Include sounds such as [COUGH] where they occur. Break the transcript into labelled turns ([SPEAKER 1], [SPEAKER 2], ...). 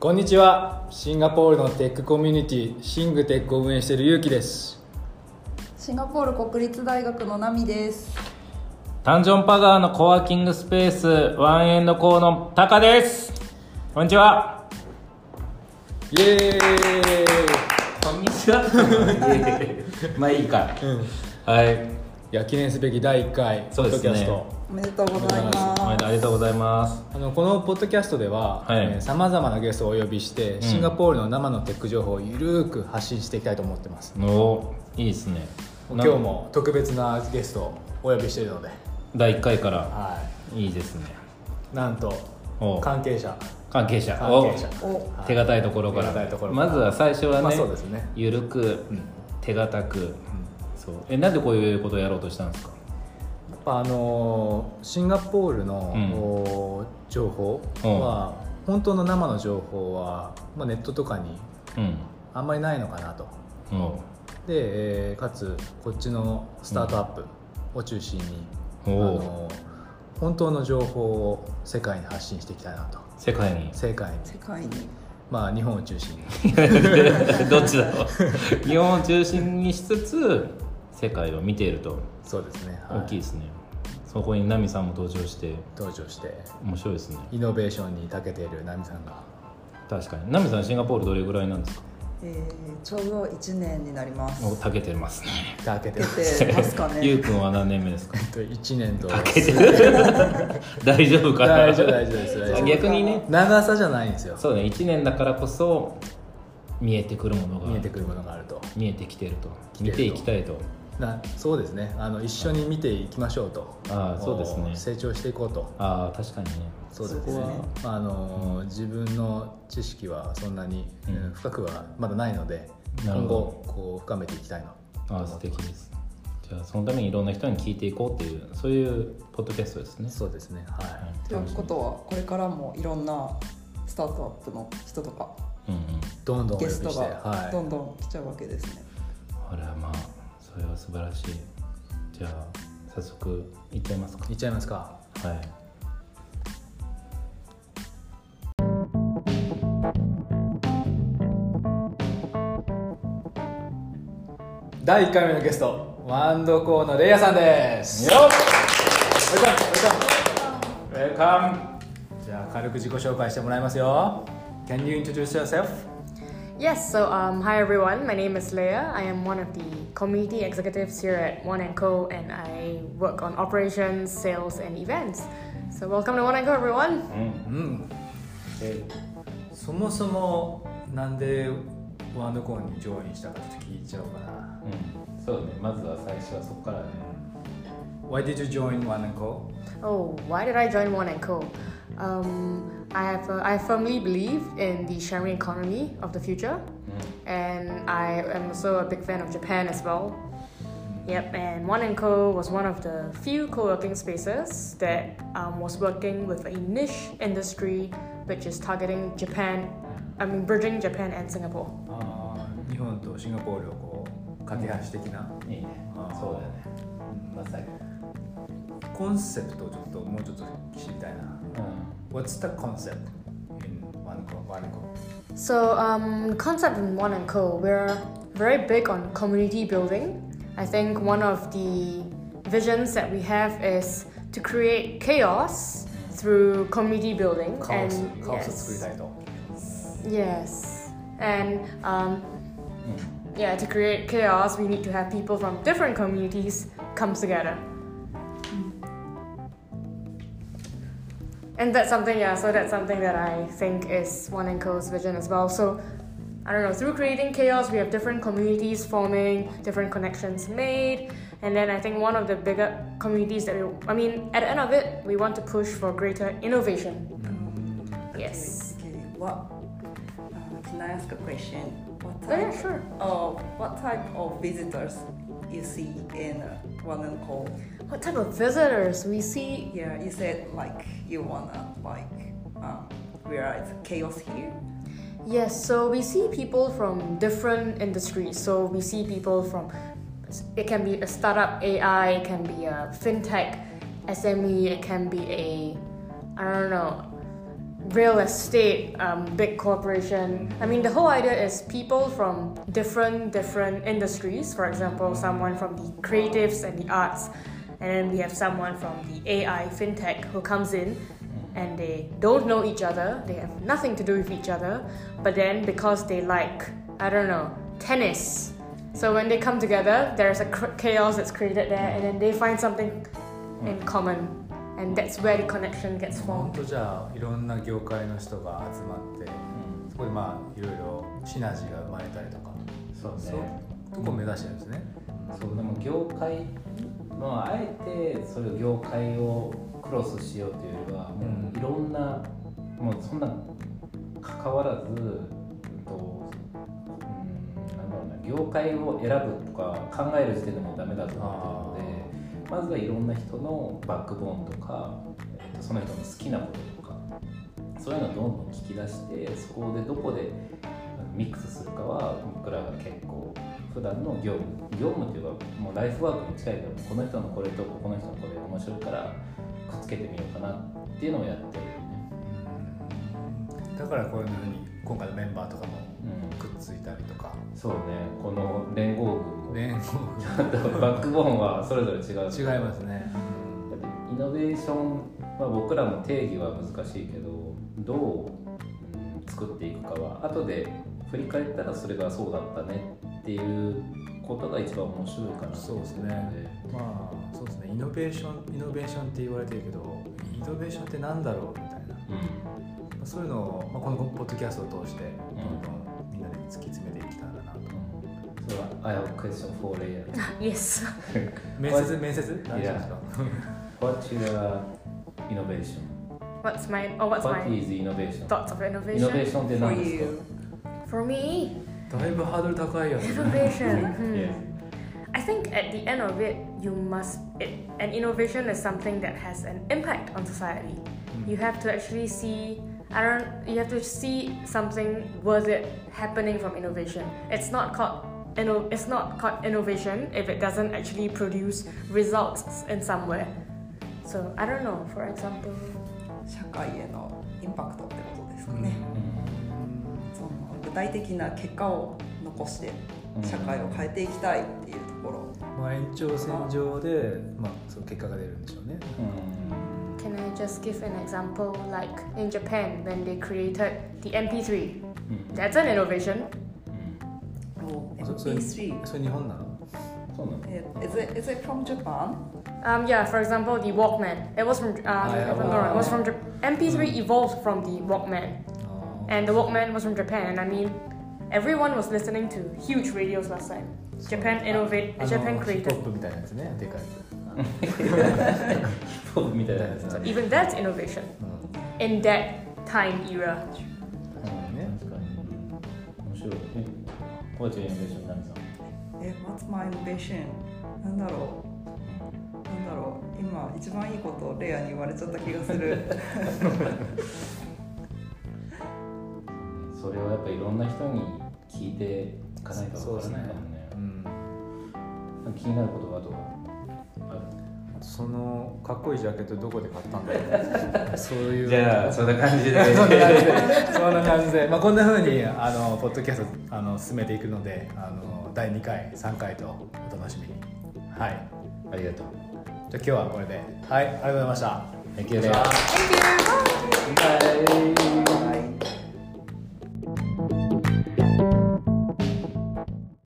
[SPEAKER 1] こんにちはシンガポールのテックコミュニティシングテックを運営しているゆうきです
[SPEAKER 2] シンガポール国立大学のナミです。
[SPEAKER 3] ダンジョンパガーのコワーキングスペースワンエンドコーのタカですこんにちは
[SPEAKER 1] イエーイ
[SPEAKER 3] こんにちは [LAUGHS] まあいいか、はい
[SPEAKER 1] いや記念すべき第1回ポ
[SPEAKER 3] そう
[SPEAKER 1] ッ
[SPEAKER 3] で
[SPEAKER 1] ド
[SPEAKER 3] す
[SPEAKER 1] キ
[SPEAKER 3] ね
[SPEAKER 1] ャスト、
[SPEAKER 2] おめでとうございます。
[SPEAKER 3] おめでとうありがとうございます
[SPEAKER 1] あのこのポッドキャストでは
[SPEAKER 3] はい
[SPEAKER 1] さまざまなゲストをお呼びして、シンガポールの生のテック情報をゆるーく発信していきたいと思ってます
[SPEAKER 3] おいいですね
[SPEAKER 1] 今日も特別なゲストをお呼びしているので、
[SPEAKER 3] 第1回から
[SPEAKER 1] はい
[SPEAKER 3] いですね
[SPEAKER 1] い、なんと
[SPEAKER 3] お
[SPEAKER 1] 関係者
[SPEAKER 3] 関係者
[SPEAKER 1] 関
[SPEAKER 3] お
[SPEAKER 1] 係者
[SPEAKER 2] お
[SPEAKER 1] はい
[SPEAKER 3] 手堅いところか
[SPEAKER 1] 手
[SPEAKER 3] ら
[SPEAKER 1] 堅いところから
[SPEAKER 3] まずは最初はね,、
[SPEAKER 1] まあそうですね
[SPEAKER 3] ゆるく、
[SPEAKER 1] ん
[SPEAKER 3] 手堅く、そうえなんでこういうことをやろうとしたんですか
[SPEAKER 1] やっぱあのーシンガポールの、
[SPEAKER 3] うん
[SPEAKER 1] お情報
[SPEAKER 3] うん
[SPEAKER 1] は、本当の生の情報は、まあ、ネットとかに
[SPEAKER 3] うん
[SPEAKER 1] あんまりないのかなと
[SPEAKER 3] お
[SPEAKER 1] で、えーかつこっちのスタートアップを中心に、
[SPEAKER 3] お
[SPEAKER 1] あ
[SPEAKER 3] お
[SPEAKER 1] のー本当の情報を世界に発信していきたいなと
[SPEAKER 3] 世界に
[SPEAKER 1] 世界に
[SPEAKER 2] 世界に。
[SPEAKER 1] まあ日本を中心に
[SPEAKER 3] どっちだろう日本を中心にしつつ世界を見ていると
[SPEAKER 1] そうですね、は
[SPEAKER 3] 大きいですね、そこに奈美さんも登場して
[SPEAKER 1] 登場して
[SPEAKER 3] 面白いですね
[SPEAKER 1] イノベーションに長けているナミさんが
[SPEAKER 3] 確かに奈美さんシンガポールどれぐらいなんですか
[SPEAKER 2] えー、ちょうど一年になります。
[SPEAKER 3] おたけてますね
[SPEAKER 1] 長けてる
[SPEAKER 2] 出てますか
[SPEAKER 3] [LAUGHS] ゆう
[SPEAKER 2] ね。
[SPEAKER 3] くんは何年目ですか
[SPEAKER 1] 1年 [LAUGHS] と
[SPEAKER 3] たけてる [LAUGHS] 大丈夫かな
[SPEAKER 1] 大丈夫大丈夫です大丈夫
[SPEAKER 3] 逆にね
[SPEAKER 1] 長さじゃないんですよ
[SPEAKER 3] そうね1年だからこそ見えてくるものが
[SPEAKER 1] 見えてくるものがあると
[SPEAKER 3] 見えてきてると
[SPEAKER 1] てる
[SPEAKER 3] 見
[SPEAKER 1] と
[SPEAKER 3] ていきたいと
[SPEAKER 1] なそうですねあの一緒に見ていきましょうと
[SPEAKER 3] あーそうですね
[SPEAKER 1] 成長していこうと
[SPEAKER 3] ああ確かにね
[SPEAKER 1] そうです
[SPEAKER 2] そこ
[SPEAKER 1] ね
[SPEAKER 2] は
[SPEAKER 1] あのー、自分の知識はそんなに、
[SPEAKER 3] うん
[SPEAKER 1] うん深くはまだないので
[SPEAKER 3] なる
[SPEAKER 1] 今
[SPEAKER 3] ほど
[SPEAKER 1] 後こう深めていきたいな
[SPEAKER 3] ああ素敵ですじゃあそのためにいろんな人に聞いていこうっていうそういうポッドキャストですね
[SPEAKER 1] そうですねは
[SPEAKER 2] ということはこれからもいろんなスタートアップの人とか
[SPEAKER 3] うんうん
[SPEAKER 1] いどんどんお呼
[SPEAKER 2] ゲ
[SPEAKER 1] び
[SPEAKER 2] ス
[SPEAKER 1] して
[SPEAKER 2] トがど
[SPEAKER 1] は
[SPEAKER 2] んどん来ちゃうわけですね。
[SPEAKER 3] あれはまあそれは素晴らしいじゃあ早速いっちゃいますか
[SPEAKER 1] いいっちゃいますか
[SPEAKER 3] はい
[SPEAKER 1] 第1回目のゲストワンドコーのレイヤさんです
[SPEAKER 3] よ
[SPEAKER 1] おいかおいか
[SPEAKER 3] ウェルカ
[SPEAKER 1] じゃあ軽く自己紹介してもらいますよ Can you introduce yourself?
[SPEAKER 4] Yes, so um, hi everyone. My name is Leah. I am one of the community executives here at One and Co, and I work on operations, sales, and events. So welcome to One and Co, everyone.
[SPEAKER 1] うんそもそもなんでワンドコーンに上院したかって聞いちゃおうかな
[SPEAKER 3] うんそうねまずは最初はそこからね
[SPEAKER 1] Why did you join One and Co?
[SPEAKER 4] Oh, why did I join One and Co? Um, I have uh, I firmly believe in the sharing economy of the future, and I am also a big fan of Japan as well. Yep, and One and Co was one of the few co-working spaces that um, was working with a niche industry, which is targeting Japan. I mean, bridging Japan and Singapore.
[SPEAKER 1] あー日本とシンガポールをこう架け橋的ない
[SPEAKER 3] いね
[SPEAKER 1] あー
[SPEAKER 3] そうだよねまさに
[SPEAKER 1] コンセプトをちょっともうちょっと知りたいな
[SPEAKER 3] うん
[SPEAKER 1] What's the concept in One Co? One Co?
[SPEAKER 4] So, um, Concept and One and Co, we're very big on community building. I think one of the visions that we have is to create chaos through community building.
[SPEAKER 1] カオス
[SPEAKER 4] and
[SPEAKER 1] カオス作りたいと
[SPEAKER 4] Yes. And um, yeah, to create chaos, we need to have people from different communities come together. And that's something, yeah, so that's something that I think is One and Co's vision as well. So, I don't know, through creating chaos, we have different communities forming, different connections made. And then I think one of the bigger communities that we, I mean, at the end of it, we want to push for greater innovation. Yes.
[SPEAKER 2] Okay, okay. What? Uh, can I ask a question? What
[SPEAKER 4] Oh, yeah,
[SPEAKER 2] type
[SPEAKER 4] sure.
[SPEAKER 2] of what type of visitors you see in uh, one and call?
[SPEAKER 4] What type of visitors we see?
[SPEAKER 2] Yeah, you said like you wanna like um, realize chaos here.
[SPEAKER 4] Yes, so we see people from different industries. So we see people from, it can be a startup AI, it can be E, a fintech SME, it can be a, I don't know, real estate, um, big corporation. I mean, the whole idea is people from different different industries. For example, someone from the creatives and the arts, and then we have someone from the AI fintech who comes in. And they don't know each other, they have nothing to do with each other, but then because they like, I don't know, tennis. So when they come together, there's a cr- chaos that's created there, and then they find something in common, and that's where the connection gets
[SPEAKER 1] 本
[SPEAKER 4] formed. [LAUGHS]
[SPEAKER 1] 当じゃあいろんな業界の人が集まってそこでまあいろいろシナジーが生まれたりとか
[SPEAKER 3] そうね
[SPEAKER 1] そういうとこを目指してるんですね、
[SPEAKER 3] そうでも業界まああえてそれを業界をクロスしようというよりはも
[SPEAKER 1] うん
[SPEAKER 3] ういろんなもうそんな関わらず、うんとうん、なんだろうな業界を選ぶとか考える時点でもうダメだと思ってるのでまずはいろんな人のバックボーンとか、えっとその人の好きなこととかそういうのをどんどん聞き出してそこでどこでミックスするかは僕らが結構普段の業務業務というかもうライフワークに近いけどこの人のこれとこの人のこれ面白いからくっつけてみようかなっていうのをやってるよね、
[SPEAKER 1] うんだからこういうふうに今回のメンバーとかも
[SPEAKER 3] う
[SPEAKER 1] くっついたりとか
[SPEAKER 3] ん、そうねこの連合軍も
[SPEAKER 1] 連合
[SPEAKER 3] ちゃんと [LAUGHS] バックボーンはそれぞれ違う
[SPEAKER 1] 違いますね、
[SPEAKER 3] だってイノベーション、まあ、僕らの定義は難しいけどどううん作っていくかは後で振り返ったらそれがそうだったねっていうことが一番面白いかなと
[SPEAKER 1] そう
[SPEAKER 3] 思
[SPEAKER 1] で
[SPEAKER 3] う
[SPEAKER 1] す
[SPEAKER 3] ので
[SPEAKER 1] ねまあそうですねイノベーションイノベーションって言われてるけどイノベーションってなんだろうみたいなまあそういうのを、まあ、このポッドキャストを通してどんどんみんなで突き詰めていきたらなと
[SPEAKER 3] うん、うん、それは I have a question for later
[SPEAKER 4] Yes.
[SPEAKER 1] 面接面接何しますか
[SPEAKER 3] What's your innovation?
[SPEAKER 4] What's my oh what's
[SPEAKER 3] What
[SPEAKER 4] my
[SPEAKER 3] is innovation?
[SPEAKER 4] thoughts of innovation?
[SPEAKER 3] イノベーションって
[SPEAKER 2] For
[SPEAKER 3] 何ですか
[SPEAKER 2] you.
[SPEAKER 4] For me,
[SPEAKER 1] だいぶハードル高いやつ
[SPEAKER 4] innovation. hmm.
[SPEAKER 3] Yes.
[SPEAKER 4] I think at the end of it, you must. It, an innovation is something that has an impact on society. You have to actually see. I don't. You have to see something worth it happening from innovation. It's not called. Inno, it's not called innovation if it doesn't actually produce results in somewhere. So I don't know. For example,
[SPEAKER 2] 社会へのインパクトってことですか
[SPEAKER 1] う
[SPEAKER 2] ね、
[SPEAKER 3] うん
[SPEAKER 2] その具体的な結果を残して
[SPEAKER 3] うん
[SPEAKER 2] 社会を変えていきたいっていうところ、
[SPEAKER 1] まあ延長線上で、まあ、その結果が出るんでしょうね、
[SPEAKER 3] うん
[SPEAKER 4] can I just give an example? Like in Japan, when they created the MP3,
[SPEAKER 3] うん
[SPEAKER 4] that's an innovation.
[SPEAKER 3] うん
[SPEAKER 2] お
[SPEAKER 1] そそれ
[SPEAKER 2] MP3
[SPEAKER 1] それ日本なの
[SPEAKER 3] そうなの
[SPEAKER 2] Eh, Is it, is it from Japan?
[SPEAKER 4] Um, yeah, for example, the Walkman. It was from, um,
[SPEAKER 1] yeah,
[SPEAKER 4] if I'm not wrong, it was from
[SPEAKER 1] Walkman.
[SPEAKER 4] Jap- MP3 evolved from the Walkman,
[SPEAKER 1] あー
[SPEAKER 4] and the Walkman was from Japan. And I mean, everyone was listening to huge radios last time. Japan innovate,
[SPEAKER 1] あの
[SPEAKER 4] Japan
[SPEAKER 1] ヒップホッ
[SPEAKER 4] created.
[SPEAKER 1] プみたいなやつねでかいやつ
[SPEAKER 3] ポップ [LAUGHS] みたいなやつな
[SPEAKER 4] So even that's innovation
[SPEAKER 1] うん
[SPEAKER 4] in that
[SPEAKER 3] うんね
[SPEAKER 4] time era.
[SPEAKER 3] 確かに面白いえコーチのイノベーション何さん
[SPEAKER 2] え、What's my innovation? なんだろうなんだろう今一番いいことをレアに言われちゃった気がする
[SPEAKER 3] それをやっぱいろんな人に聞いていかないとわからないかもね
[SPEAKER 1] うん
[SPEAKER 3] なんか気になることがとかある
[SPEAKER 1] そのかっこいいジャケットどこで買ったんだろうそういう
[SPEAKER 3] そんな感じで
[SPEAKER 1] そんな感じでそんな感じで、まあ、こんな風にあのポッドキャストあの進めていくのであの第2回3回とお楽しみにはい
[SPEAKER 3] ありがとう
[SPEAKER 1] じゃあ今日はこれではいありがとうございました
[SPEAKER 3] Thank you
[SPEAKER 4] Thank you. Bye.
[SPEAKER 3] バイ